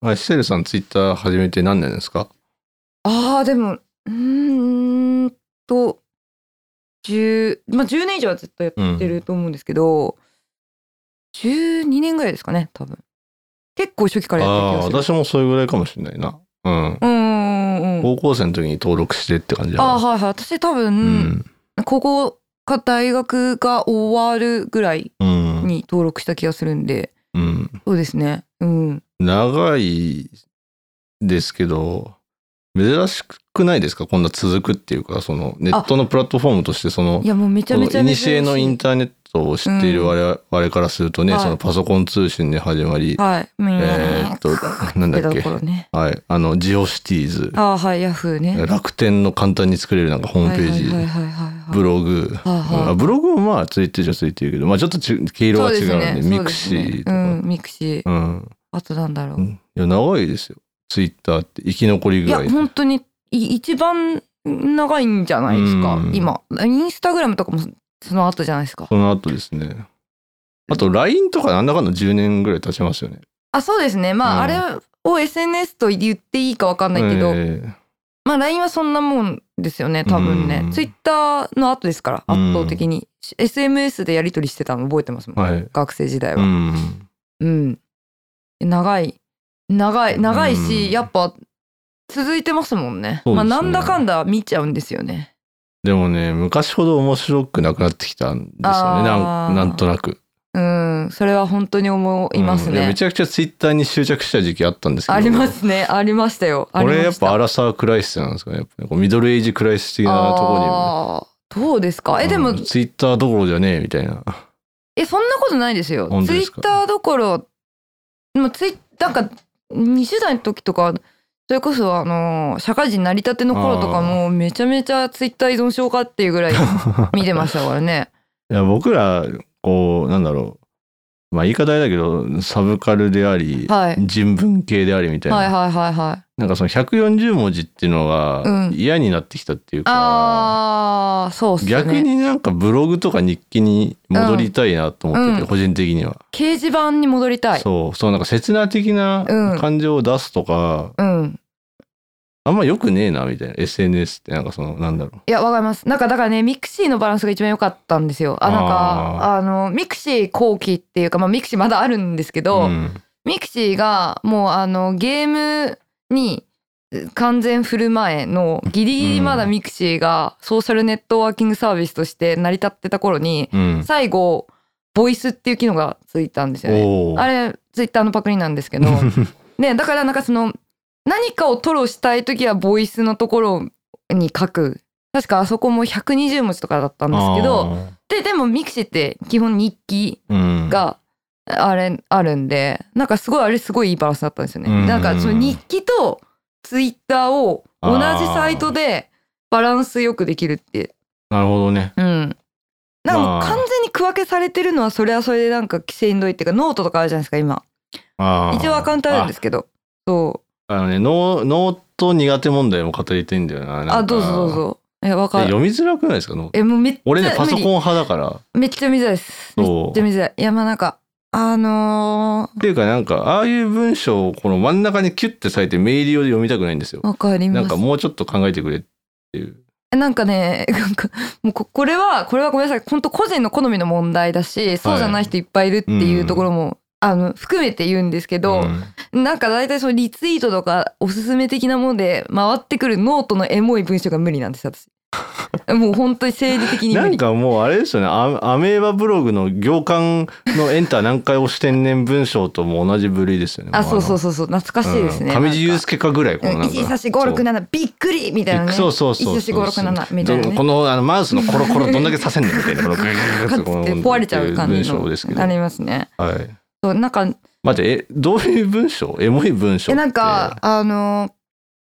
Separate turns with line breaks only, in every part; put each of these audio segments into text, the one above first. あ、シセルさんツイッター始めて何年ですか
ああでもうーんと 10, まあ、10年以上はずっとやってると思うんですけど、12年ぐらいですかね多分結構初期からやって
ああ
る
ー、
気がす
私もそれぐらいかもしれないな。うん。
るうんうんうんうん
高校生の時に登録してって感じだ
あ
な
あはいはい私多分、
うん。
高校か大学が終わるぐらい
うん。
に登録した気がするんで
うん。
そうですねうん
長いですけど、珍しくないですかこんな続くっていうか、そのネットのプラットフォームとして、その
い、やもうめちゃ
この
めちゃ珍
古
しい
のインターネットを知っている我々我々からするとね、
はい
そのパソコン通信に始まり、
はい
えーっと、なんだっけ
とこ、ろね
はい、あの、ジオシティーズ、
ああはいヤフーね
楽天の簡単に作れるなんかホームページ、
はいはいはいはいはい
ブログ、
はいはい
うんあブログもまあついてるじゃついてるけど、まあちょっとち毛色が違うんで、ミクシーとか、
うん、ミクシー
うん、
あとなんだろう、
いや長いですよツイッターって生き残り
い
ぐら
や
い
本当にい一番長いんじゃないですか、
うん
今インスタグラムとかもその後じゃないですか
その後ですねあと LINE とかなんだかんだ10年ぐらい経ちますよね
あそうですねまあ、
うん
あれを SNS と言っていいかわかんないけど、
えー
まあ LINE はそんなもんですよね多分ね、
うん
Twitter の後ですから
う
圧
ん
倒的に、SMS でやり取りしてたの覚えてますもん、
はい
学生時代
う
は
ん
うん、長い長い長いし、
うん
やっぱ続いてますもんね
そう
ま
ですね
あなんだかんだ見ちゃうんですよね
でもね昔ほど面白くなくなってきたんですよねな
あー
んなんとなく
うん、それは本当に思います
うんいや
ね
め。ちゃくちゃツイッターに執着した時期あったんですけど
ありますね、ありましたよ。あ
こ
りま
れやっ
した
ぱアラサークライスなんですかねやっぱねこうミドルエイジクライス的なところにも
あーどうですか。え、でも、
ツイッターどころじゃねえみたいな
え、そんなことないですよ。
本当
ツイ
ですか
ッターどころ、まあ、ツイなんか20代の時とか、それこそあの社会人成り立ての頃とかもめちゃめちゃツイッター依存症かっていうぐらい見てましたか らね。
いや僕らこうなんだろうまあ言い方あれだけどサブカルであり、
はい
人文系でありみたいな、
はいはいはいはい。
なんかその140文字っていうのが
うん
嫌になってきたっていうか、
ああ、そうっすね。
逆になんかブログとか日記に戻りたいなと思ってて、
うん
個人的には、
掲示板に戻りたい。
そうそうなんか刹那的
う
なん感情を出すとか、
うん。
あんま良くねえなみたいな SNS ってなんかそのなんだろ
いやわかりますなんかだからねミクシーのバランスが一番良かったんですよあなんかあのミクシー後期っていうか、まあ、ミクシーまだあるんですけ
う、
ど、
ん
ミクシーがもうあのゲームに完全振る前のギリギリまだミクシーがソーシャルネットワーキングサービスとして成り立ってた頃に
うん、
最後ボイスっていう機能がついたんですよね
おー
あれツイッターのパクリなんですけど ねだからなんかその何かを吐露したい時はボイスのところに書く確かあそこも120文字とかだったんですけどででもミクシーって基本日記
あー、うん、
があれあるんでなんかすごいあれすごいいいバランスだったんですよね、
うん
なんかその日記とツイッターを同じサイトでバランスよくできるって
なるほどね
うんなんかもう
まあ
完全に区分けされてるのはそれはそれでなんかしんどいっていうかノートとかあるじゃないですか今
あー
一応アカウントあるんですけどそう
あのね、ノーノート苦手問題も語りたいんだよな。なんか
あ、どうぞどう。ぞ。え、わ
で
かる。
読みづらくないですかノート
え、もうめっちゃ
俺ね、パソコン
ン。
派だから。
めっちゃ見づらいです。めっ
そう
ちゃ見づらい。いや、まあなんか、あの
っていうか、なんか、ああいう文章をこの真ん中にキュッて割いて、メイリオで読みたくないんですよ
ー、。わかり
なん
ます。
か、もうちょっと考えてくれっていう。
えなんかね、 なんか、もうここれは、これはごめんなさい。本当個人の好みの問題だし、そうじゃない人いっぱいいるっていうところも、あの含めて言うんですけど、
ん
なんか大体そのリツイートとかおすすめ的なもので回ってくるノートのエモい文章が無理なんです私 もう本当に生理的に無理
なんかもう、あれですよねア、アメーバブログの行間のエンター何回押してんねん文章とも同じ部類ですよね。
あそうそう
そ
そうそう懐かしいですね、
上
なん
地
か
雄介かぐらい、このなんか。
1差し5 6 7びっくりみたいなね
そうそうそう
1差し5 6 7みたいな
どこ
ね
のあのマウスのコロコロどんだけさせんのみたいなこのグーグーグー
か
グ
つ
ーこの
て壊れちゃう感
文
じ
章ですけど
のありますね
はい
そうなんかい
待ってえどういう文章エモい文章
や
って
なんかあの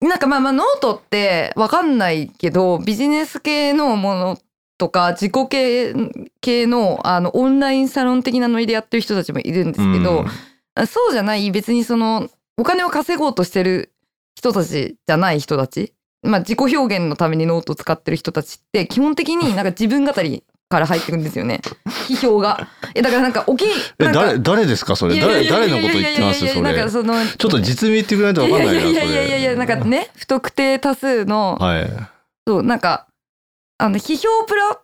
なんかまあまあノートってわかんないけどビジネス系のものとか自己系系のあのオンラインサロン的なノリでやってる人たちもいるんですけど、そうじゃない別にそのお金を稼ごうとしてる人たちじゃな い人たち、まあ、自己表現のためにノートを使ってる人たちって基本的になんか自分語りから入ってくんですよね批評がいやだからなんかおき
え
なんか
誰誰ですかそれ
いやいやい
誰
や
誰のこと
い
言っ
や
て
いやいや
ますそ
なん
れ
かその
ちょっと実名言ってくれないとわかんないなそれ
いやいやいやいやいやなんかね不特定多数の、
はい
そうなんかあの批評プラッ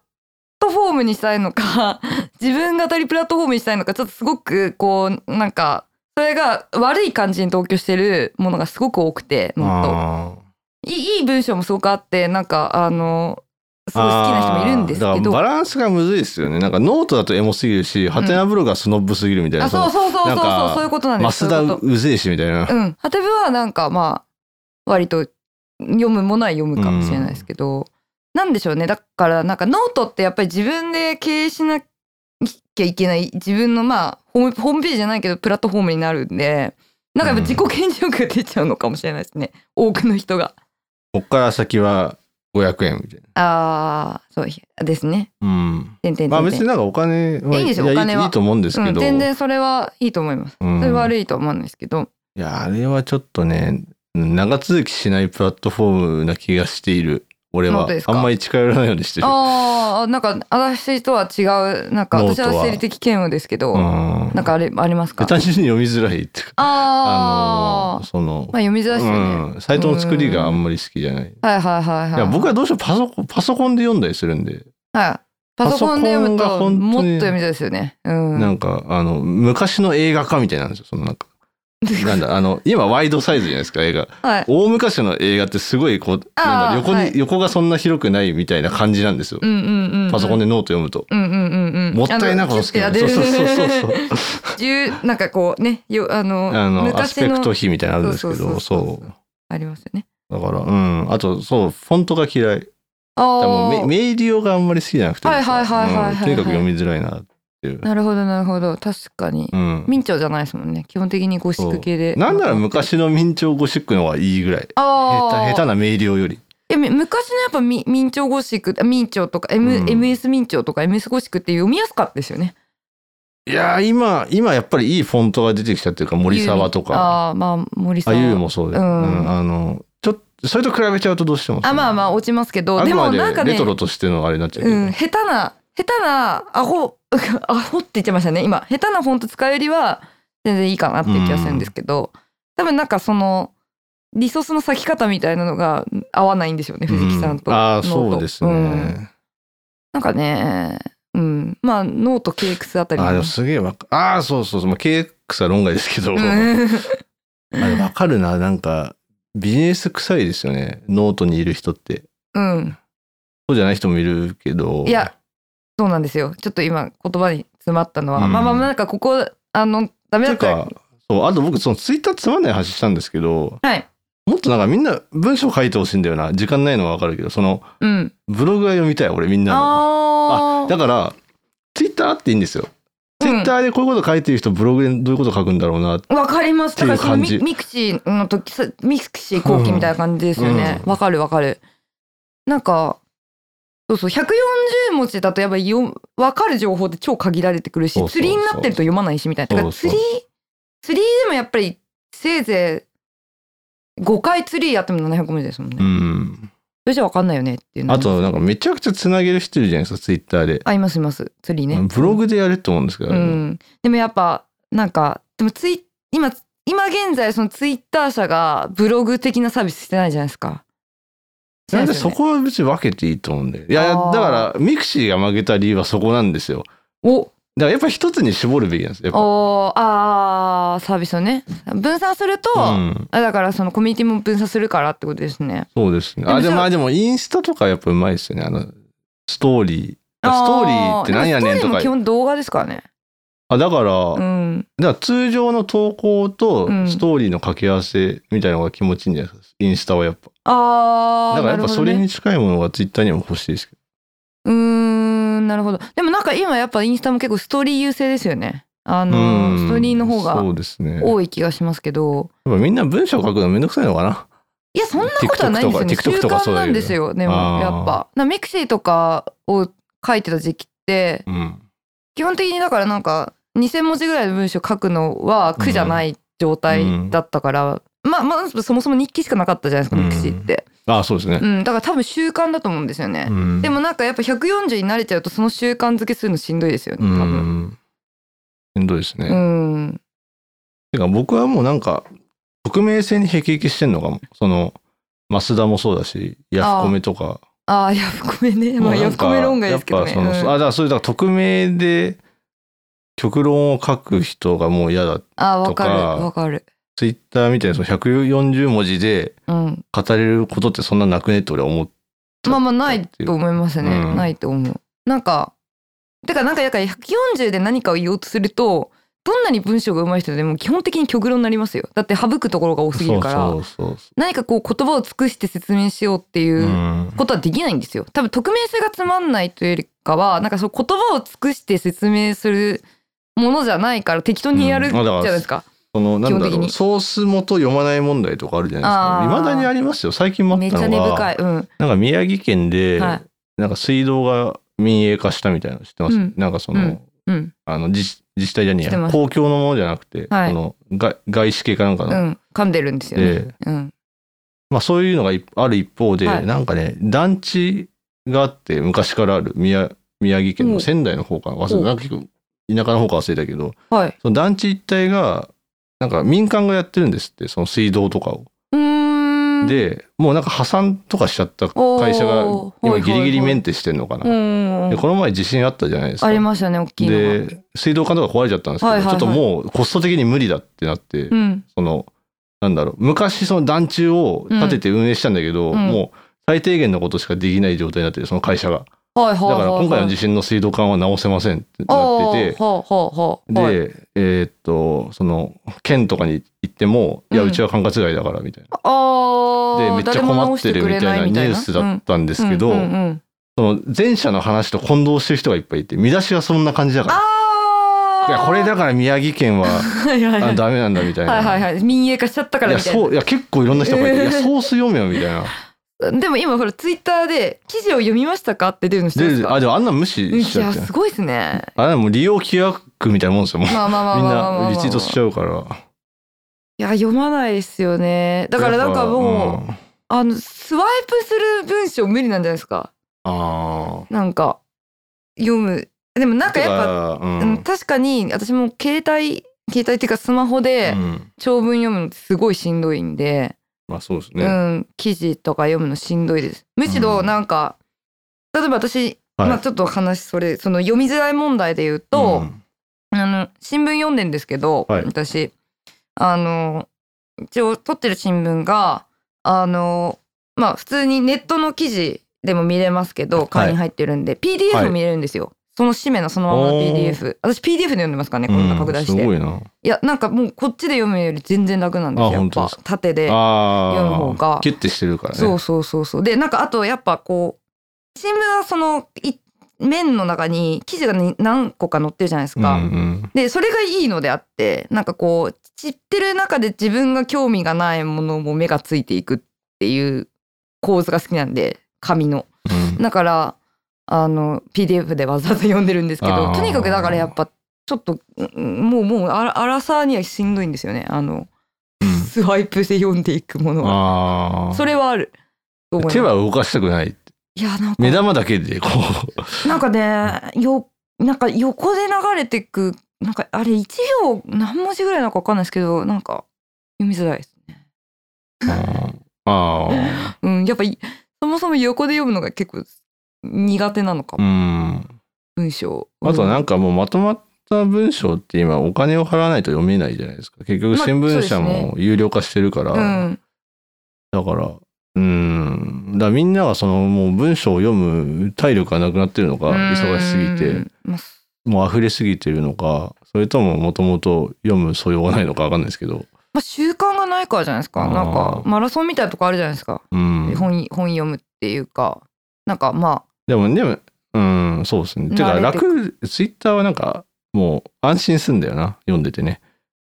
トフォームにしたいのか 自分語りプラットフォームにしたいのかちょっとすごくこうなんかそれが悪い感じに同居してるものがすごく多くてもっと
あー
いいいい文章もすごくあってなんかあのすごい好きな人もいるんです
あー
け
だからバ
ど。
ランスがむずいですよねなんかノートだとエモすぎるしハテナブログがスノブすぎるみたいな、
あそうそうそうそ
な
うんそう
か
そういうことなんです
増
そういう
田
こと
うぜえしみたいな、
うんハテブはなんかまあ割と読むものは読むかもしれないですけど、なんでしょうねだからなんかノートってやっぱり自分で経営しなきゃいけない自分のまあホームホームページじゃないけどプラットフォームになるんでなんかやっぱ自己顕示欲が出ちゃうのかもしれないですね多くの人が。
こっから先は500円みたいな
あーそうですね。
うん
てんてんてんてん
まあ別になんかお金はい
いんですよ
や
お金はい
いと思うんですけど、
うん、全然それはいいと思います。
うん
それは悪いとは思わないですけど、
いやあれはちょっとね長続きしないプラットフォームな気がしている俺
本
は
当ですか
あんまり近寄らないようにしてる
ああなんか私とは違うなんか
ノー
私
トは
は生理的嫌悪ですけど、
うん
なんかあれありますか
単純に読みづらいっていうかあ
あ
の
あ、
その、
まあ読みづらいですよね。
うん、サイトの作りがあんまり好きじゃない。い
はいはいはいはい。
や僕はどうしてもパソコンパソコンで読んだりするんで、
はい。パソコンで読む
パソ
と
コンが本
も
当
っ
に
と読みづらいですよね。うん。
なんかあの昔の映画化みたいなんですよその なんかなんだあの今ワイドサイズじゃないですか映画
はい。
大昔の映画ってすごいこうなん
あー
だ横に、
はい
横がそんな広くないみたいな感じなんですよ、
うんうんうんうん。
パソコンでノート読むと。
うんうんうんうん。
もったいなこのス
好き
ケ
な
ールそうそうそうそうそう
なんかこうね、よあの
あのアス
昔
ペク
の
ト比みたいなのあるんですけ
そうそ
ど
うそうそう
そう
ありますよね。
だからうんあとそうフォントが嫌い
あ
多
あ。
分メメイディオがあんまり好きじゃなくて
はいはいはいはいはい
う
はい
んとにかく読みづらいなっていう、
なるほどなるほど確かに
う。ん、
明朝じゃないですもんね。基本的にゴシック系で。
なんなら昔の明朝ゴシックの方がいいぐらい
あ
下
あ。
手下手な明瞭より
えむ昔のやっぱみ明朝ゴシックあ明朝とか、M
うん
MS 明朝とか MS ゴシックって読みやすかったですよね。
いやー今今やっぱりいいフォントが出てきたっていうか森沢とか
ああーまあ森
あ
沢
ゆうもそうで、
う
うんんあのちょっとそれと比べちゃうとどうしても
あまあまあ落ちますけど
あ
で
く
も
まで
なんかね
レトロとしてのあれになっちゃうけど、
うん、下手な下手なアホ アホって言っちゃいましたね今下手なフォント使うよりは全然いいかなっていう気がするんですけど、多分なんかそのリソースの割き方みたいなのが合わないんでしょうね藤木さんと、
うああ
ノート
そうですね、
うんなんかねうんまあノートケークスあたり
あーでもすげえわかああそうそうそうまあ KX は論外ですけど、
うん
あれわかるななんかビジネス臭いですよねノートにいる人って
うん
そうじゃない人もいるけど
いやそうなんですよちょっと今言葉に詰まったのは、
うん
まあまあまあなんかここあのダメ
ていう
だったら
かそうあと僕そのツイッターつまんない話したんですけど
はい
もっとなんかみんな文章書いてほしいんだよな時間ないのはわかるけどその
うん
ブログが読みたい俺みんなの
あ
あだからツイッターあっていいんですよツイッターでこういうこと書いてる人ブログでどういうこと書くんだろうな
わかります。だからその
っていう感じ
ミミクシーの時、さミクシー後期みたいな感じですよね。
うん
わ、かるわかる。なんか、そうそう、140文字だとやっぱりよわかる情報って超限られてくるし
そう、そうそう
釣りになってると読まないしみたいな。だから
そう
釣
そ
り
う、
釣りでもやっぱりせいぜい5回釣りやっても700文字ですもんね。
う
そ
ん
れじゃわかんないよねっていうの
あとなんかめちゃくちゃつなげる人いるじゃないですかツイッターで、
あ、いますいます。釣りね。
ブログでやれと思うんですけど、
う
あれ
ん、でもやっぱなんかでもツイ今今現在そのツイッター社がブログ的なサービスしてないじゃないですか。して
ないんで
です
そ
よね
こは別に分けていいと思うんでいやいや
あー
だからミクシーが負けた理由はそこなんですよ
お
だからやっぱ一つに絞るべきなんですやっぱ
おーあーサービスをね分散すると、
うん、
あだからそのコミュニティも分散するからってことですね。
そうですね
でも
あで
そ
も
れ
まあでもインスタとかやっぱうまいですよねあのストーリー
あ
ストーリーって何やねん
で
と
もストーリーも
か
基本動画ですからね。
あだから,、
う
だか
ん。
ら通常の投稿と
うん
ストーリーの掛け合わせみたいなのが気持ちいいんじゃないですかインスタはやっぱ
あ
だ
あ。
からやっ
なる
ぱ
ほ
そ
どね
れに近いものがツイッターにも欲しいですけ
うーんなるほど。でもなんか今やっぱインスタも結構ストーリー優勢ですよね。あ
ど、
の
うん
ストーリーの方
そ
が
うですね
多い気がしますけど。
やっぱみんな文章書くのめんどくさいのかない
やそんなことはないんですよね
TikTok
習
とか
慣なんですよでも
あー
やっぱなミクシーとかを書いてた時期って
うん
基本的にだからなんか2,000文字ぐらいの文章書くのは苦じゃない状態だったから、まあまあそもそも日記しかなかったじゃないですか
うん
ミクシーって、
あそうですね
う。ん、だから多分習慣だと思うんですよね、
うん
でもなんかやっぱ140に慣れちゃうとその習慣づけするのしんどいですよね
う
多分
ん。しんどいですね。
うん
てか僕はもうなんか匿名性にへきへきしてんのかもその増田もそうだしヤフコメとか
ああヤフコメね
もう
まあ
な
ヤ
ん
フ
か
コメ論外ですけどね
やっぱその、
うん
あだからそういうだから匿名で極論を書く人がもう嫌だ
あーわかる
とか
わかる
ツイッターみたいにその140文字で
うん
語れることってそんななくねって俺は思って
まあまあないと思いますね、
うん
ないと思うなんかてかなんかだから140で何かを言おうとするとどんなに文章が上手い人でも基本的に極論になりますよだって省くところが多すぎるから
そうそうそ、
何かこう言葉を尽くして説明しようっていう
う、
うんことはできないんですよ多分匿名性がつまんないというよりかはなんかその言葉を尽くして説明するものじゃないから適当にやる
うん
じゃ
あだか
な
ら
いですか,、
そのなんだ
基本
ろ
的
う
に
ソース元読まない問題とかあるじゃないですか
あー
いまだにありますよ最近もあ
め
っ
ち
たの
ゃ根
が
深いうん
なんか宮城県で、
はい
なんか水道が民営化したみたいなの知ってます、
うん
なんかその、
うんうん
あの自治自治体じゃね
知っ
え
て
や
ます
公共のものじゃなくて、
はい
その外外資系かなんか
う
の、
ん噛んでるんですよね、
で、
うん
まあ、そういうのがいある一方で、
はい
なんかね団地があって昔からある宮宮城県
う
の
ん
仙台の方かな忘れ
うん
たなんか結構田舎の方か忘れたけど
はい
その団地一帯がなんか民間がやってるんですってその水道とかを。
うーん
でもうなんか破産とかしちゃった会社が
おー
今
はいはい
ギリギリメンテしてんのかな。
うん
でこの前地震あったじゃないですか。
ありましたね大きいのが
で水道管とか壊れちゃったんですけど、
はいはいは
ち
い
ょっともうコスト的に無理だってなって、
うん
そのなんだろう昔その団地を建てて運営したんだけど、
うん
もう最低限のことしかできない状態になっててその会社が
はいはいは
だ
い
から今回の地
震
震の水道管は直せませんってなってて。
はあはあ
で、
はあはい
えーっとその県とかに行っても、いや
うん
うちは管轄外だからみたいな、
あー
でめっちゃ困ってるみたいなニュースだったんですけど、
うんうんうんうん
その前者の話と混同してる人がいっぱいいて見出しはそんな感じだから
あ
い
あ
やこれだから宮城県は
はいはいは
あ
い
ダメなんだみたいな。
はいはいはい民営化しちゃったか
い
ら
や
みたいな
そういや結構いろんな人がいて、
えー
いやソース読めよみたいな。
でも今ほらツイッターで記事を読みましたかって出るの知ってます
で、
か
あでもあんなん無視しち
い
ゃう
や
って、
すごいですね
あれもう利用規約みたいなもんですよ。もう
まあまあまあ
みん
まあまあまあまあ
なリツイートしちゃうから。
いや読まないですよねだからなんかも
う
う、
ん
あのスワイプする文章無理なんじゃないですか
あ
なんか読むでもなん
あ。
か
て
やっぱ
かう
うん
ん。
確かに私も携帯携帯っていうかスマホで
うん
長文読むのってすごいしんどいんで、
まあそうです
う
ね。
ん、記事とか読むのしんどいですむしろなんか、例えば私、
はい
まあちょっと話それその読みづらい問題で言うと、
うん
あの新聞読んでんですけど、
はい
私あの一応撮ってる新聞があのまあ普通にネットの記事でも見れますけど会員入ってるんで、
は
PDF
い
も見れるんですよ、その紙面のそのままの
おー
PDF 私 PDF で読んでますからねこんな拡大して、
うんす
い
ごいな。
やなんかもうこっちで読むより全然楽なんですよ
あ
やっ
本当
ぱ
です
縦で
ああ。
読む方が
キュッてしてるからね。
そうそうそうそうでなんかあとやっぱこう新聞はそのい面の中に記事がに何個か載ってるじゃないです
うんう
か、
ん。
でそれがいいのであってなんかこう知ってる中で自分が興味がないものも目がついていくっていう構図が好きなんで紙の
うん
だからあの PDF でわざわざ読んでるんですけ
あ
ど
ー
とにかくだからやっぱちょっとうんもうもうあら荒さにはしんどいんですよねあの
うん
スワイプで読んでいくものは
ああ。
それはあると思います
手は動かしたくない。
いやなんか
目玉だけでこ
なんかねよなんか横で流れてくなんかあれ1行何文字ぐらいなのか分かんないですけどなんか読みづらいですね。
う。うんああ。
うん、やっぱいそもそも横で読むのが結構苦手なのか
う
も、
ん。
文章。
あとはな
うん
んかもうまとまった文章って今お金を払わないと読めないじゃないですか。結局
まあ
新聞社
そうです
も有料化してるから、
うん
だから、うん、だからみんながそのもう文章を読む体力がなくなってるのか、忙しすぎ
う
て、
んまあそ
もう溢れすぎてるのか、それとももともと読む素養がないのかわかんないですけど、
まあ習慣がないからじゃないですか
あー
なんかマラソンみたいなとこあるじゃないですか、
うん。
本本読むっていうかなんかま
でも、でも、うん、そうですね。てか
慣れて
楽、ツイッターはなんかもう安心すんだよな、読んでてね。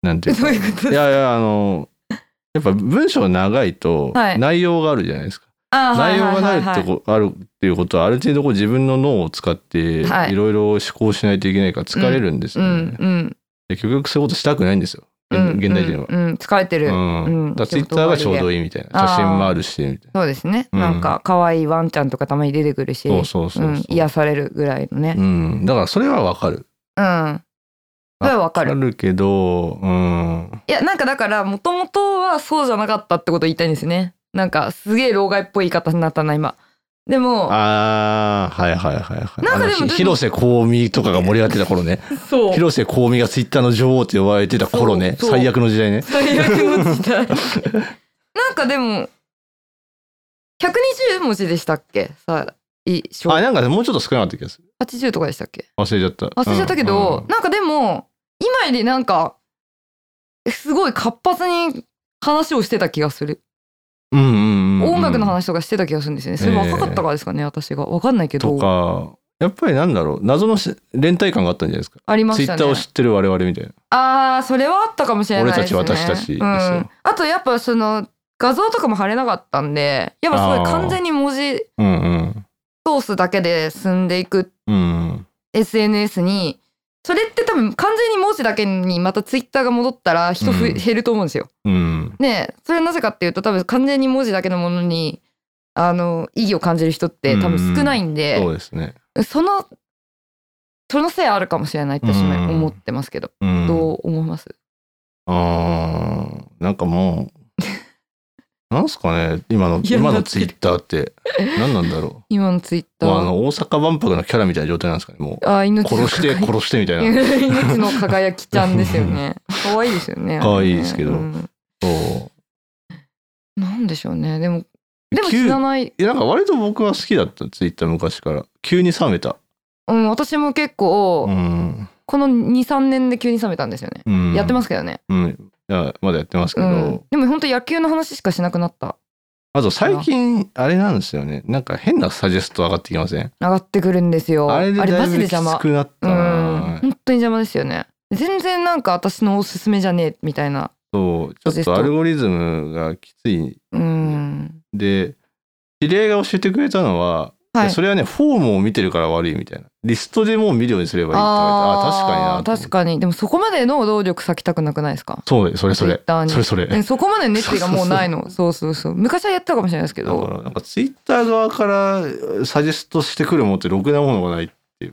なんて
あ
いうか
どういうこと
いやいやあのやっぱ文章長いと
はい
内容があるじゃないですか、
あーは
内
い
容が
は
ないい
はいはい
ってこあるっていうことはある程度こう自分の脳を使って
はい
いろいろ思考しないといけないから疲れるんです
う
よね、
んうん
で結局そういうことしたくないんですよ
うん
現代人は。
うんうん疲れてる、
うん。だツイッターがちょうどいいみたいな。
あ
写
ー
真もあるし、みたい
そうですね、
うん
なんか可愛いワンちゃんとかたまに出てくるし
な。そうそうそううんそ、う。
癒されるぐらいのね
うん。だからそれはわかる。
うんそれはわかる
けど、うん。
いやなんかだからもともとはそうじゃなかったってことを言いたいんですねなんかすげえ老害っぽい言い方になったな今でも
ああ、はいはいはいはい。
なんかでも
あのひ広瀬香美とかが盛り上がってた頃ね。
そう
広瀬香美がツイッターの女王って呼ばれてた頃ね。
そうそう
最悪の時代ね。
最悪の 時代なんかでも120文字でしたっけさい小
あ、なんかもうちょっと少なかった気がする。
80とかでしたっけ
忘れちゃった。
忘れちゃったけ
うん
ど、
うん
なんかでも今よりなんかすごい活発に話をしてた気がする
うんうんうんうん
音楽の話とかしてた気がするんですよね。それ若かったからですかね、私が。わかんないけ
と
ど。
かやっぱりなんだろう謎のし連帯感があったんじゃないですか、
ありま
ツ
し
イ
た
ッターを知
ね。
ってる我々みたいな
ああ、それはあったかもしれないですね。
俺たち私たちです
う
よ
ん。あとやっぱその画像とかも貼れなかったんで、やっぱすごい完全に文字
うん
通すだけで進んでいく
うんうん、
SNS に、それって多分完全に文字だけにまたツイッターが戻ったら人ふ、
うん
減ると思うんですよ。
うん、
ねそれはなぜかっていうと多分完全に文字だけのものにあの意義を感じる人って多分少ないんで、
そうですね、
そのそのせいあるかもしれないって私も思ってますけど、
うん、
どう思います
あーなんかも うなんすかね今の
嫌に
今
な
の
って
ツ
る
イッターって何なんだろ
今のツイッ
う
ター
もうあの大阪万博のキャラみたいな状態なんですかねも
あー
う
命の
殺して
輝き
殺してみた いな
命の輝きちゃんですよね可愛いですよね
可愛いですけど
うん
そう
なんでしょうねでもでも
急
知らない、
いやなんか割と僕は好きだったツイッター昔から急に冷めた、
うん、私も結構、
うん
この23年で急に冷めたんですよね、
うん、
やってますすけどね、
うんいやまだやってますけ
う
ど、
ん、でも本当野球の話しかしなくなった
あと最近あれなんですよねなんか変なサジェスト上がってきません
上がってくるんですよ
あれでだ
マ
い
ジ
ぶ
で
きつ
邪魔
くなった
うん
な
本当に邪魔ですよね全然なんか私のおすすめじゃねえみたいな
そうちょっとアルゴリズムがきついう
ーん
で知り合いが教えてくれたのは、
はい
それはねフォームを見てるから悪いみたいなリストでもう見るようにすればいいって言われてあ確かにな
あー
と思って
確かにでもそこまでの労力割きたくなくないですか
そうそれそれ
Twitter に
それそれ
ねそこまで熱意がもうないのそうそうそう昔はやってたかもしれないですけ
だか
ど
らなんかツイッター側からサジェストしてくるものってろくなものがない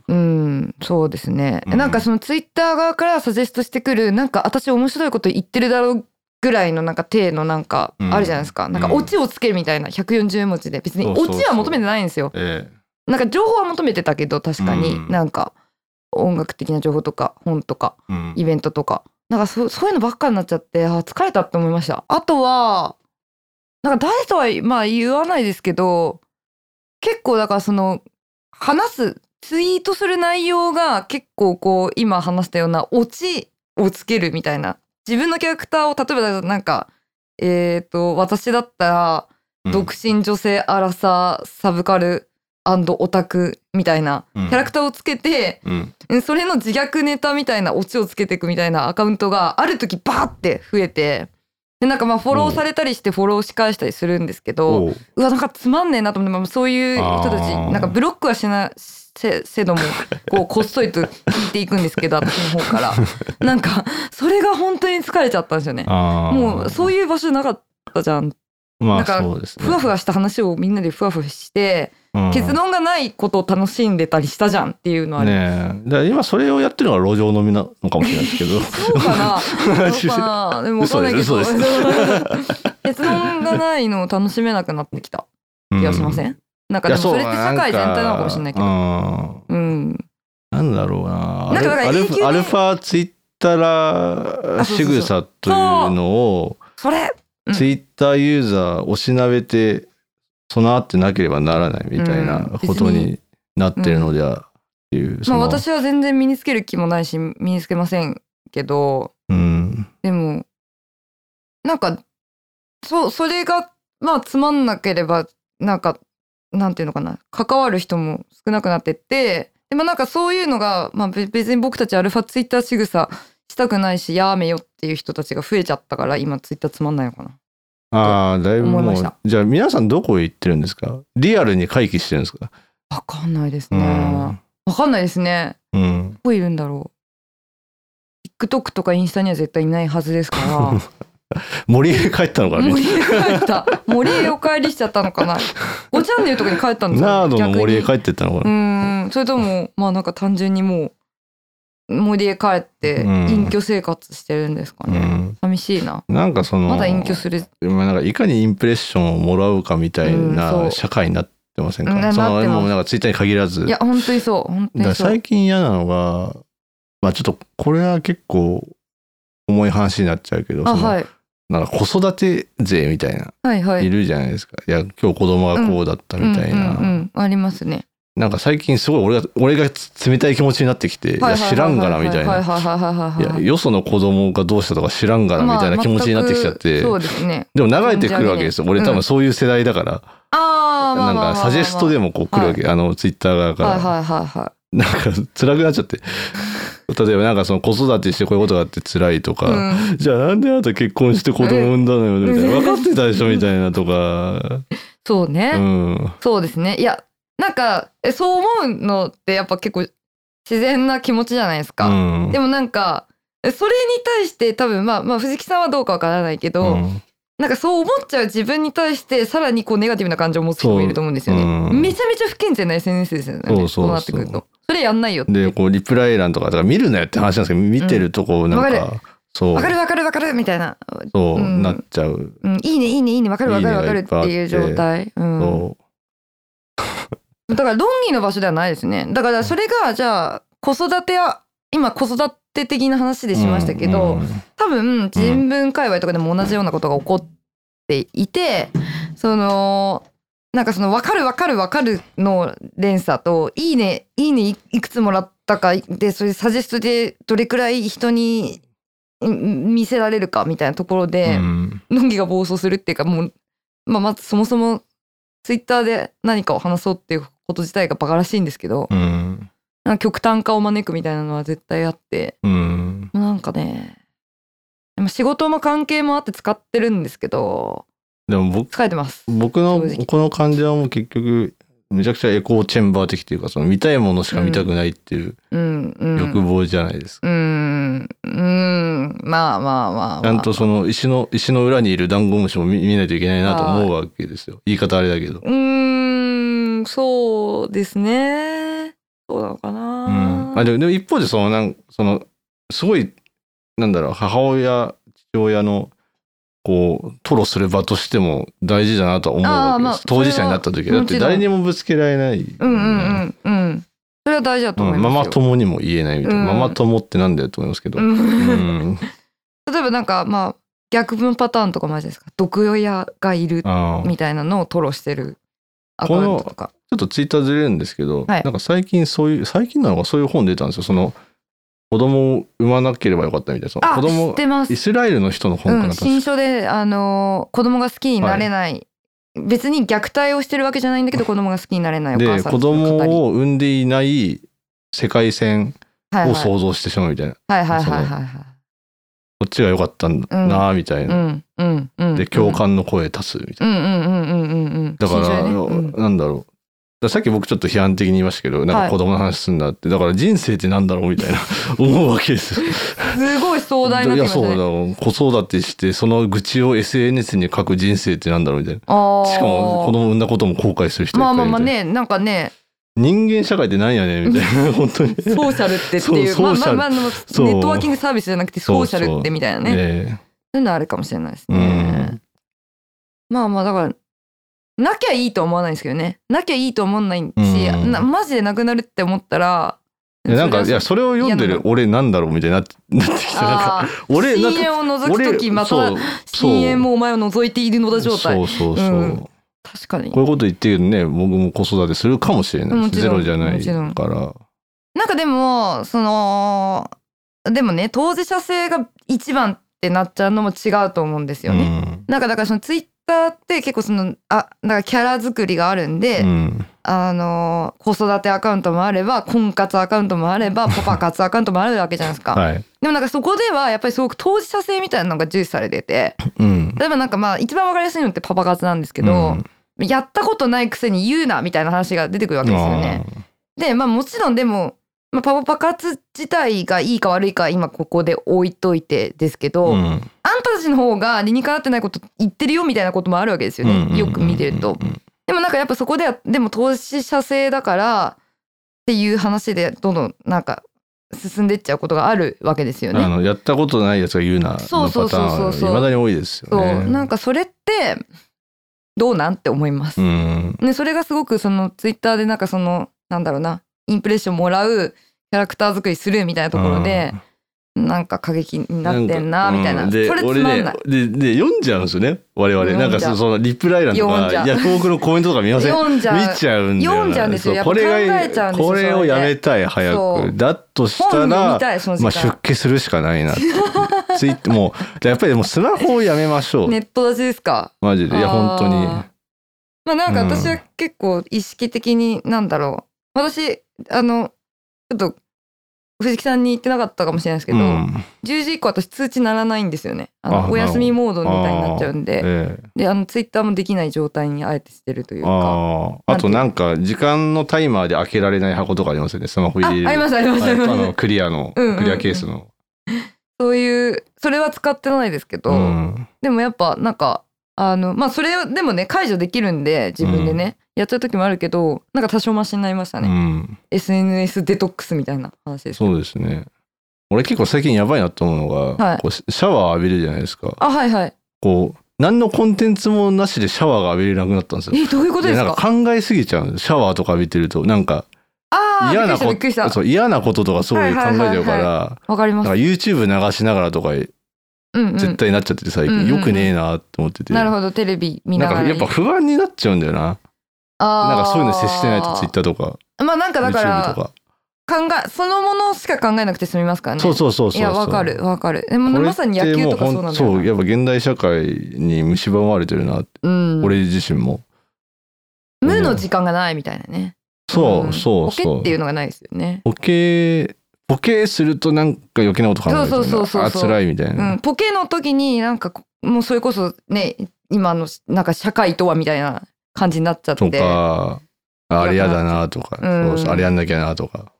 うんそうですね、
うん
なんかそのツイッター側からサジェストしてくるなんか私面白いこと言ってるだろうぐらいのなんか体のなんか
うん
あるじゃないですか、なんかオチをつけるみたいな140文字で別に
そうそう
オ
そう
チは求めてないんですよ
え
なんか情報は求めてたけど確かに、
うん
なんか音楽的な情報とか本とか
えうん
イベントとかなんかそそういうのばっかになっちゃってあー疲れたって思いましたあとはなんか誰とはまあ言わないですけど結構だからその話すツイートする内容が結構こう今話したようなオチをつけるみたいな自分のキャラクターを例えばなんかえっ、と私だったら独身女性アラサーサブカルオタクみたいなキャラクターをつけて、
うん
うんそれの自虐ネタみたいなオチをつけていくみたいなアカウントがある時バーって増えてでなんかまあフォローされたりしてフォローし返したりするんですけど
おう
うわなんかつまんねえなと思ってまあそういう人たち
あー
なんかブロックはしなせせどもこうこっそりと聞いていくんで すけど私の方からなんかそれが本当に疲れちゃったんですよね。
あー
もうそういう場所なかったじゃん
ま
なん
あ
か
そうですね
ふわふわした話をみんなでふわふわして、
うん
結論がないことを楽しんでたりしたじゃんっていうのはある、
ねえだから今それをやってるのが路上飲みなのかもしれないですけど
そうかなそうかなでも分かんないけ
嘘
ど
です嘘
結論がないのを楽しめなくなってきた気がしません、
う
なんかでもそれって社会全体なのかもしれないけど
ど
うん
なんだろうな。
なんかだから
アルフ
永久に
アルファツイッター
あ
ら
そうそうそう
仕草というのを
それうん
ツイッターユーザーおしなべて備わってなければならないみたいな
うん
ことになってるのではっていう。そ
まあ
の
私は全然身につける気もないし身につけませんけど
うん
でもなんかそうそれがまあつまんなければなんかなんていうのかな関わる人も少なくなってってでもなんかそういうのが、まあ、べ別に僕たちアルファツイッター仕草したくないしやめよっていう人たちが増えちゃったから今ツイッターつまんないのかな。
ああだいぶ
思い
も
ました
うじゃあ皆さんどこへ行ってるんですかリアルに回帰してるんですか
わかんないです
う
ね。わ
ん
かんないですね。
うん
どこいるんだろう。 TikTok とかインスタには絶対いないはずですから
森へ帰ったのかな
森へ帰った森へお帰りしちゃったのかな5チャンネルとかに帰ったんですか
ナー
ね
ドの森へ帰
逆に
ってったのか
う
な、
ーんそれともまあなんか単純にもう森へ帰って
うん
隠居生活してるんですかね、
うん
寂しいな
なんかその
まだ隠居する
まあなんかいかにインプレッションをもらうかみたい
うんそう
な社会になってませんか、
うんな
そ
なっ
の
てます
もうなんかツイッターに限らず
いや本当にそう本当
だから
にそう
最近嫌なのがまあちょっとこれは結構重い話になっちゃうけど
あ
その
はい
なんか子育て税みたいな、、
はいはいい
るじゃないですかいや今日子供がこうだったみたいな、
うんうんうん、ありますね
なんか最近すごい俺が俺が冷たい気持ちになってきて、いや知らんがなみたい
はい
な。
はいはいはいはいいは
や
い
よその子供がどうしたとか知らんがな
まあ
みたいな気持ちになってきちゃって、
全くそうですね
でも流れてくるわけですよ
存じ上げ
俺
ない
多分そういう世代だから、
ああま
な
あ
ん
まあまあ
か
ま
サ
あ
ジェストでもこう来るわけ、あのツイッター側から、
はいはいはいは
なんか辛くなっちゃって例えばなんかその子育てしてこういうことがあって辛いと
い、う
か、
ん、
じゃあなんであなた結婚して子供産んだのよみたいな
うん
分かってたでしょみたいなとか、
そうね、
うん、
そうですねいやなんかえそう思うのってやっぱ結構自然な気持ちじゃないですか、
うん
でもなんかえそれに対して多分まあまあ藤木さんはどうかわからないけど、
うん
なんかそう思っちゃう自分に対してさらにこうネガティブな感情を持つ人もいると思うんですよね、
そううん
めちゃめちゃ不健全な SNS ですよね
そうそうそう
こなってくるとそれやんないよって
でこうリプライ欄とかだから見るなよって話なんですけど見てるとこうなんか、
わ
そう
わかるわかるわかるみたいな、
そう、
うん
なっちゃう
うん、いいねいいねいいねわかるわかるわかるっていう状態うん
と、
だから論議の場所ではないですねだからそれがじゃあ子育ては今子育て的な話でしましたけど、
うん
多分人文界隈とかでも同じようなことが起こっていてそのなんかその「分かる分かる分かる」の連鎖と「いいねいいねいいくつもらったか」でそれサジェストでどれくらい人にうん見せられるかみたいなところ
う
で、
ん
論議が暴走するっていうかもう、まあ、まずそもそもツイッターで何かを話そうっていうこと自体がバカらしいんですけど、
うん
なんか極端化を招くみたいなのは絶対あって。
うん
もうなんかねでも仕事も関係もあって使ってるんですけど
でも僕
疲れてます
僕の
正直
この患者はもう結局めちゃくちゃエコーチェンバー的というかその見たいものしか見たくないっていう
うんうん
欲望じゃないですか、
うんうんまあまあまあ、まあ、
ちゃんとその石の石の裏にいるダンゴムシも見見ないといけないなと思うわけですよ言い方あれだけど、
うーんそうですねそうなのかな
う、んあでもでも一方でそのなんそのすごいなんだろう母親父親のこう吐露する場としても大事だなとは思うわけです、
あーまあ
当事者になった時はだって
それはもちろん
誰にもぶつけられない、
うんうんうんうんそれは大事だと思い
うん
ま
マ
すよ、
マ友にも言えないみたいな、
うん
ママ友ってなんだよと思いますけど、
うん
うん、
例えばなんかまあ逆分パターンとかもあるじゃないですか毒親がいる
あー
みたいなのを吐露してるアカウントとか
ちょっとツイッターずれるんですけど、
はい
なんか最近そういう最近なのかそういう本出たんですよその子供を産まなければよかったみたいなその
あ
子
知
供
ってます
イスラエルの人の本かな、
うん、
確か
新書で、あのー子供が好きになれない、別に虐待をしてるわけじゃないんだけど子供が好きになれないお母
で
さんの
子
語り
供を産んでいない世界線
はい
を
はい
想像してしまうみたいな、
はいはいはいはいはい
こっちが良かったんだなみたいな、
うんうんうん
で共感の声足すみたい
うんうんうんうんうんうん
な、だから、
新書でねうん
なんだろうだからさっき僕ちょっと批判的に言いましたけどなん
は
か
い
子供の話すんだって、だから人生ってなんだろうみたいな思うわけですよ。
すごい壮大な気
いや
持ちだ
そうだ
ね
よ子育てしてその愚痴を SNS に書く人生ってなんだろうみたいな
あー
しかも子供産んだことも後悔する人いっ
ま
ぱ
あ
いいる
まあ
み
ま
たい
あ
な
ねなんかね
人間社会ってなんやねんみたいな本 当に
ソーシャルってっていう
そう
まあ
ソーシ
ま
ャ
あ
ル
まあでもネ
そう
ットワーキングサービスじゃなくてソーシャルってみたいなね
え
そういうのあるかもしれないです
えう
ね
ん。
まあまあだからなきゃいいとは思わないんですけどねなきゃいいとは思わないし、
うん
なマジでなくなるって思ったら
いやなんかい
それは
やそれを読んで
嫌な
る
の
俺なんだろうみたいになってなってきたなんか
あー
俺なん
深淵
か
を覗く
俺
時ま
そ
た
う
深淵もお前を覗いているのだ状態
そうそうそう、
うん確かに
こういうこと言ってるね僕も子育てするかもしれな
も
い
ち
ゼ
ろん
ロじゃな
も
い
ちろん
から
なんかでもそのでもね当事者性が一番ってなっちゃうのも違うと思うんですよね。なんかだからそのツイッターって結構そのあなんかキャラ作りがあるんで、
うんうん
あの子育てアカウントもあれば婚活アカウントもあ ればパパ活アカウントもあるわけじゃないですか、
はい
でもなんかそこではやっぱりすごく当事者性みたいなのが重視されてて
うん
例えばなんかまあ一番わかりやすいのってパパ活なんですけど、やったことないくせに言うなみたいな話が出てくるわ
うん
けですよね。でまあもちろんでもまあ、パワパ活自体がいいか悪いか今ここで置いといてですけ
う
ど、あん
ん
たたちの方が理にかなってないこと言ってるよみたいなこともあるわけですよね、よく見てると。でもなんかやっぱそこではでも投資者制だからっていう話でどんどんなんか進んでっちゃうことがあるわけですよね。
あのやったことないやつが言うなのパタ
そうそうそうそう
ーンいまだに多いですよ
そう
ね。
なんかそれってどうなんって思います。
うん
ね、それがすごくそのツイッターでなんかそのなんだろうなインプレッションもらうキャラクター作りするみたいなところで、なんか過激になってんなみたいな
うんで
それつ
俺
まん
ね
ない
でで読んじゃうんですよね我々
読
なん
んじゃう
かそそのリプライ欄と
読ん
か
じゃう
ヤフオクのコメントとか見ません
読んじゃ
見
う
ちゃうんだよ
読んじゃうんです
そ
よ
う
やっぱ
これがいい
考えちゃうんですよ
これ
そ
を
れで
やめたい早
そう
くだとした
本読み
ら
たいその時
まあ
間、
出家するしかない なってツイッターもうやっぱりもうスマホをやめましょう
ネット出しですか
マジでいや
あー
本当に
まあなんか
うん
私は結構意識的になんだろう、私あのちょっと藤木さんに言ってなかったかもしれないですけど、
うん
10時以降私通知ならないんですよねあの
あ
お休みモードみたいになっちゃうんで
ええ
であのツイッターもできない状態にあえてしてるというか
あああとなんか時間のタイマーで開けられない箱とかありますよねスマホ
ああ
入
り
れる
ますありますあ
はい
り
あ
ま
の
す
クリアの
うんうんうん
クリアケースの
そういうそれは使ってないですけど、
うん
でもやっぱなんかあのまあそれをでもね解除できるんで自分でね、やっちゃう時もあるけどなんか多少マシになりました
う
ね、
ん
SNS デトックスみたいな話です
そうですね俺結構最近やばいなと思うのが、
はい
こうシャワー浴びるじゃないですか
あはいはい
こう何のコンテンツもなしでシャワーが浴びれなくなったんですよ
えどういうことです
で
か
なんか考えすぎちゃうんですシャワーとか浴びてるとなんか
ああ
嫌
びっ
な
くりしたび
こ
っくりした
とそう嫌なこととかすごい考えちゃうか
はいはいはい
ら
わかり
なん
ます
か YouTube 流しながらとか
うんうん
絶対なっちゃってて最
うん
近
うんうん
よくねえなと思ってて
なるほどテレビ見な
なん
がら
かやっぱ不安になっちゃうんだよな
あ
な
ー
んかそういうの接してないと Twitter とか
まあなんかだか
YouTube と
ら
か
考えそのものしか考えなくて済みますからね
そうそうそうそうそう
やわかるわかるでも
これ
まさに野球とかそうなんだよ
っ
な
てもうほんそうやっぱ現代社会に蝕まれてるなって、
うん、
俺自身も
無の時間がないみたいなね
そう、
ん
そうそう
ボケっていうのがないですよね
ボケボケするとなんか余計なこと考えてる
そうそうそうそう
あ辛いみたいうな、
ん、ポケの時になんかこもうそれこそね今のなんか社会とはみたいな感じになっちゃっ
と
てあ
かあれやだなとか、
うん
そうそうあれやんなきゃなとか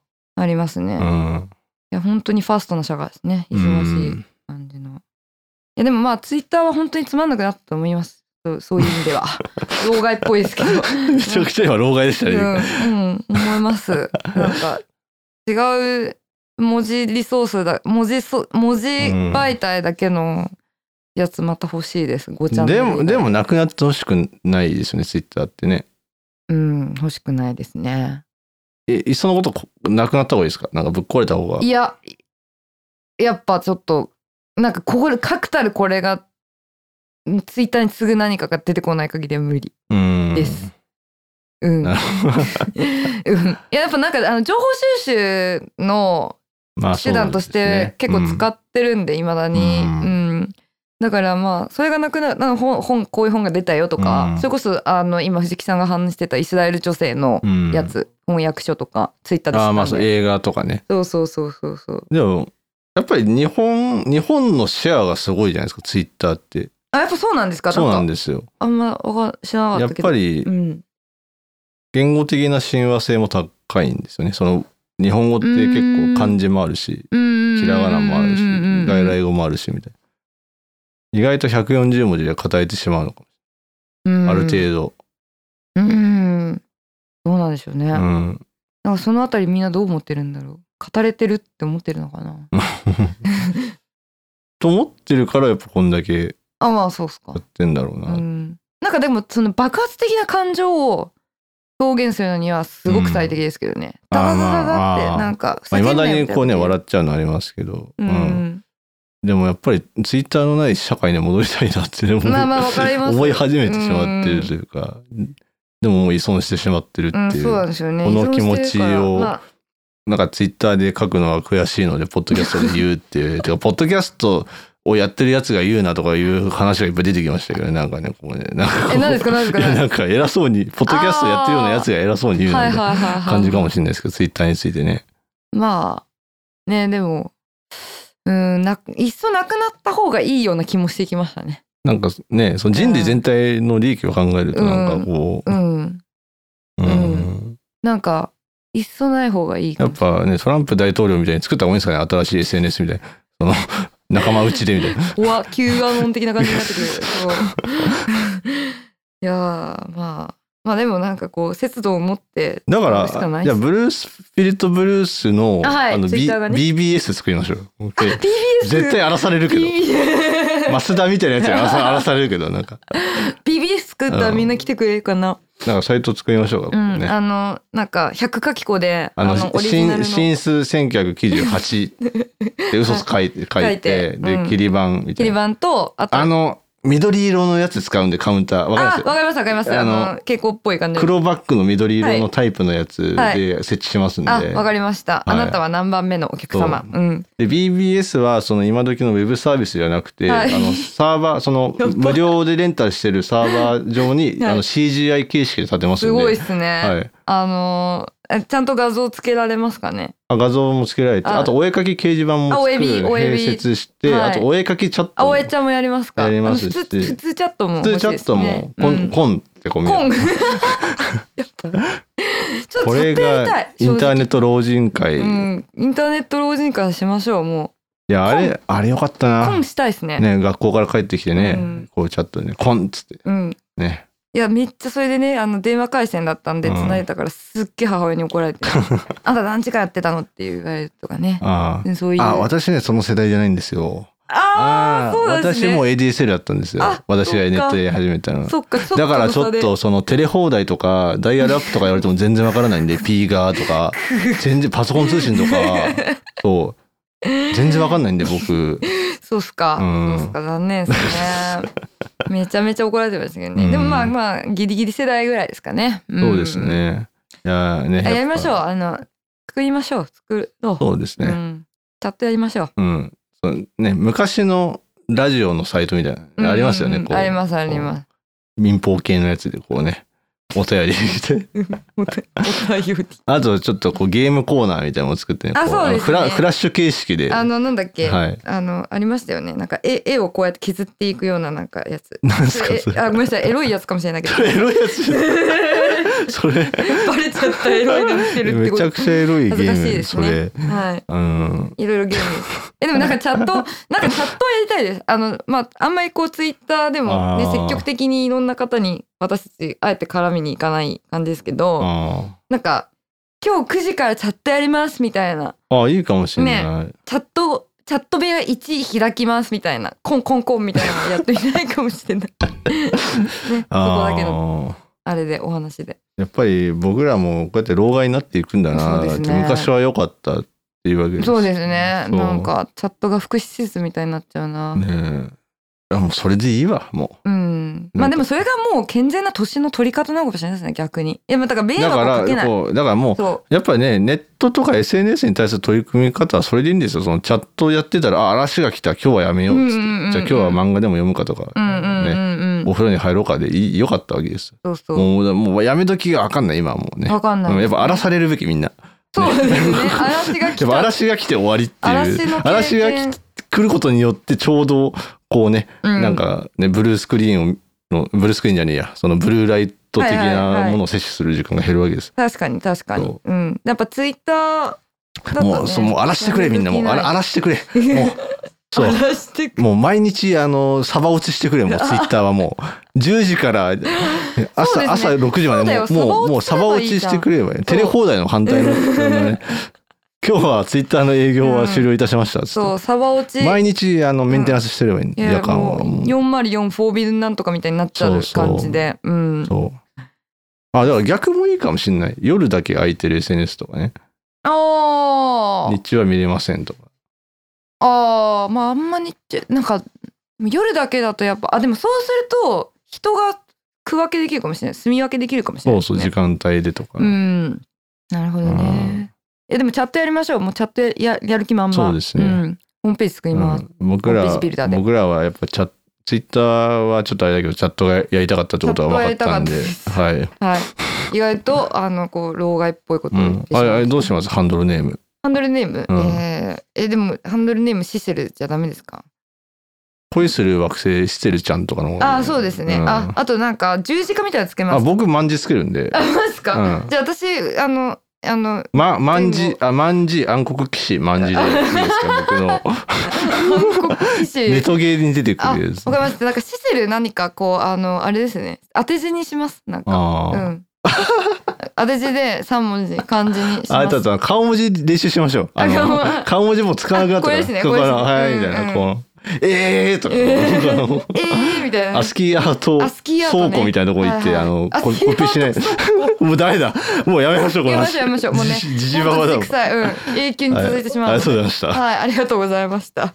りますね、
う
い
ん、
や本当にファーストな社会ですね
う
忙しい
ん、
感じの、いやでもまあツイッターは本当につまんなくなったと思いますそうそういう意味 では老害っぽいですけど
めちゃくちゃ今老害でしたね、
うん、うん、思います。なんか違う文字リソースだ文字そ文字媒体だけのやつまた欲しいです。ごちゃ
でもでもなくなってほしくないですよねツイッターってね
うん欲しくないですね。
えいっそのことこなくなった方がいいですかなんかぶっ壊れた方が
いややっぱちょっとなんかここで確たるこれがツイッターに次ぐ何かが出てこない限りは無理
うん
です。うん。うん
なるほど
いややっぱなんかあの情報収集の
まあ
手段として結構使
っ
ってるんでいま、未だに、う
うんん
だからまあそれがなくなるなんか本本こういう本が出たよとか、
うん
それこそあの今藤木さんが話してたイスラエル女性の
うん
やつ、翻訳書とかツイッターで知
あ
っ
あまあ
た
そ
ん
う
で
映画とかね
そうそうそうそうそう
でもやっぱり日本日本のシェアがすごいじゃないですかツイッターって
あやっぱそうなんですか
そうなん
か
ですよ
あんまわか知らなか
やっ
っ
た
けど
ぱり
うん、
言語的な親和性も高いんですよねその日本語って結構漢字もあるし
ひ
ひらがなもあるし外来語もあるしみたいな意外と140文字で語えてしまうのかもある
度
程度
うんうんどうなんでしょうね、
うん
なんかそのあたりみんなどう思ってるんだろう語れてるって思ってるのかな
と思ってるからやっぱこんだけ
あまあそうっすか
やってんだろうな、
うん、なんかでもその爆発的な感情を表現するのにはすごく最適ですけどね。
うん
ダダダダダっ
あーまあ
てなんか
まあ、未
叫んじゃ
だ
うみ
に
たいな
こうね笑っちゃうのありますけど、
うん
でもやっぱりツイッターのない社会に戻りたいなって思う
まあまあわかります。
思い始めてしまってるというか、でももう依存してしまってるって
うん、
いう,、
そうなんですよね。
この
依存してるから
気持ちを
まあ
なんかツイッターで書くのは悔しいのでポッドキャストで言うっていう てかポッドキャストをやってるやつが言うなとかいう話がいっぱい出てきましたけどねなんかねこうねなんかこう
え何ですか何ですか
いやなんか偉そうにポッドキャストやってるようなやつが偉そうに言う
はい
な
はい
みたい
はいはい
な感じかもしれないですけどツイッターについてね
まあねでもうんないっそなくなった方がいいような気もしてきましたね。
なんかねその人類全体の利益を考えるとなんかこう
うん、
うんん、
なんかいっそない方がいいか
や
も
っぱね、トランプ大統領みたいに作った方がいいんですかね、新しい SNS みたいな。その、 仲間内でみたいな。
うわ旧アノン的な感じになってくるそう いやーまあまあでもなんかこう節度を持って
だか、
しからない
いや、ブルース、スピリットブルースの、
あはい
の、B、
Twitter がね
BBS 作りましょうよ。で
BBS
絶対荒らされるけど。
BBS
マスダみたいなやつに荒らさ荒らされるけど、なんか、
BBS 作ったらみんな来てくれるかな、
なんかサイト作りましょうか、
うん
ね。
あのなんか100書き子であ
あ
の
の、
オリジナル
新
の
新数1998で嘘書 いて、書
書
い
いて
て、
う
で、
ん
切り板みた
切
い
り
な。
板とあと
あの、緑色のやつ使うんで、カウンター。わかります
あわかりますわかりますあの
あの
蛍光っぽい感じ
黒バッグの緑色のタイプのやつ
はい
で設置しますんで,、
あわかりました、あ
はい
なたは何番目のお客様うん
で BBS はその今時のウェブサービスじゃなくて、
はい
あのサーバーその
やば
無料でレンタルしてるサーバー上に、
はい
あの CGI 形式で立てますん
す
で
ごいですね、
はい、
あのえちゃんと画像つけられますかね
あ画像もつけられて
あ
あとお絵かき掲示板も
あお
作
えび
る
おえび
併設して、
は
あ
い
とお絵かきチャット
あ
も
おえちゃんもやりますか
やります
あの普通
し
普通チャットも
普
欲しい
通チャットも、
ですね
コ
うん
ンコンってこう見る
コン やっぱちょっ
こと
や
れ
ってみた
が
い
インター
ネッ
ネット老人会、
ト
い
うん、インターネット老人会しましょうも
やあれあれよかった
うコ
な
ン、したいですね
ね、学校から帰ってきてね、
うん
こうチャットでねコンっつって
うん
ね
いやめっちゃそれでねあの電話回線だったんで
うん
繋いでたからすっげえ母親に 怒られて「あんた何時間やってたの?」って言われるとかね
ああ
そういう
あ私ねその世代じゃないんですよ。
あーそうなんですね
私も ADSL だったんですよ
あ。
私が
そっか
ネットで始めたの。
そっかちょっと
だから
の
ちょ
差
っ
で
とそのテレ放題とかダイヤルアップとか言われても全然わからないん で P ガーとか全然パソコン通信とかそう全然わかんないんで僕
そうっすか、
うん
そうっすか残念ですねめちゃめちゃ怒られてましたけどね、
うん
でもまあまあギリギリ世代ぐらいですかね、ん
そうですね。いやーね
あやりましょう
う。
あの作りましょう作ろう
そうです
う
ね。
ん、チャットやりましょう
うん。そうね昔のラジオのサイトみたい
うん
なありますよね。
うん
こう
ありますあります
民放系のやつでこうねお便りして。
お便り
あとちょっとこうゲームコーナーみたいなのを作ってね。
あ
こ
そうですね
フラフラッシュ形式で。
あのなんだっけ、
はい。
あのありましたよねなんか絵絵をこうやって削っていくようななんかやつ
なんですかそ
えあ
れ。
ごめんなさいエロいやつかもしれ ないけど
それエロいやつじゃん。それ。
バレちゃったエロいの見てるって
め
こ
ち
と
ゃくちゃエロいゲ
恥ずかしい
ーム。
です
そ
ね
れ。
はい
うん。
いろいろゲームです。え、で もなんかチャット、なんかチャットはやりたいです。あの、まあ、あんまりこうツイッターでも、ね、
あー
積極的にいろんな方に私たち、あえて絡みに行かない感じですけど、
あ
なんか、今日9時からチャットやりますみたいな、
あ。あいいかもしれない。
チャット、チャット部屋1開きますみたいな、コンコンコンみたいなのやってみたいかもしれない。ね、そこだけの、
ああ。
あれでお話で。
やっぱり僕らもこうやって老害になっていくんだな
そう
っ
です
て。
ね
昔は良かったっていうわけです。
そうですね。
そう
なん。か、チャットが福祉施設みたいになっちゃうな。
ねえ。あもうそれでいいわもう。
うん、
なんか
まあでもそれがもう健全な年の取り方なのかもしれないですね逆にいやまあだから迷
だ
惑を
か
からけない
こうだからもう
そ
やっぱりね、ネットとか SNS に対する取り組み方はそれでいいんですよ。そのチャットやってたら、あ、嵐が来た、今日はやめようっつって、
うんうんうんうん
じゃあ今日は漫画でも読むかとか、
ううんうんう
ね、
んうん、
お風呂に入ろうかでいいよかったわけです。
そうそう
もう、もうやめ時がわかんない、今はもうね。
わかんない、
うんやっぱ荒らされるべきみんな。
そうですね嵐が 来
やっぱ
た
嵐が来て終わりっていう。
嵐
嵐
の経験
が来来ることによってちょうど、こうね、
うん
なんかね、ブルースクリーンを、のブルースクリーンじゃねえや、そのブルーライト的
はいはいは
ないものを摂取する時間が減るわけです。
確かに確かに、
そう
ん、やっぱツイッターだとね
もう、そうもう荒らしてくれ、みんな。もう、
や
あら
め
荒らしてくれ。もう、
時
そ
な
う
い。荒らしてく
もう毎日あのサバ落ちしてくれもうツイッターはもう10時から朝,、
そうですね
朝6時までもう
そうだよ
もうもう
サ
サ
バ
バ
落
落ち
ちす
し
ればいいじゃ
て
ん
くればいい
そう
テレ放題の反対の、ね、今日はツイッターの営業は終了いたしましたっつって、
そうサバ落ち
毎日あのメンテナンスしてればいい、ん
い
だ
や
夜間
も
は
う
もう
404フォービルなんとかみたいになっちゃう感じでうん
そうあだから逆もいいかもしんない夜だけ空いてる SNS とかね
ああ
日中は見れませんとか
ああまああんまりってなんか夜だけだとやっぱあでもそうすると人が区分けできるかもしれない住み分けできるかもしれ
そ
ないうです
そ
ね、
う時間帯でとか、
うんなるほど
うん
ねえでもチャットやりましょうもうチャットややる気満々
そうですね
ん、ホームページ作ります、
うん僕
ホームページ
ら
ビルダーで
僕らはやっぱチャツイッターはちょっとあれだけどチャットがやりたかったってことは分かったんで
チ
はい、
はい意外とあのこう老害っぽいこと
う
を言っ
ん
て、しま
あ
う
れあれどうしますハンドルネーム
ハンドルネーム、
うん
えーえでもハンドルネームシセルじゃダメですか
恋する惑星シテルちゃんとかの方がいい
ああそうですね、
ん
ああとなんか十字架みたいなのつけます
あ僕万字つけるんで
ありますか、
うん
じゃあ私あのあの
ま、まん
で
じ
も、
あ、まんじ、暗黒騎士、まんじでいいです か、僕の。
韓国騎士
ネトゲーに出てく
あ、わか
る
り
や
ま
つ。
した。なんかシセル何かこうあのあれですね。当て字にします。なんか。
あ
う
ー
ん。 当て字で三文字漢字にし
あ
ま
れだっ
す。
たら顔文字練習しましょう。あ
あ
の顔文字も使わなかったから
あこれですね
ここから
こ
は
れ
い
です
み
ね
たいな、
うん
こうえーとか、
え ー
あの
えーみたいな。
アスキーアート
アスキーアート
倉
ね
庫みたいなとこ行って、
はいはい
あの
ア
コ
スキーアート
コピーしない。 もうダメだ。もうやめましょうこの話。
やめましょうやめましょうもう
じ
ね
じじばばだもん。
臭い。うん。永久に続いてしま
は
う。はい
ありが
い
とうございました。
ありがとうございました。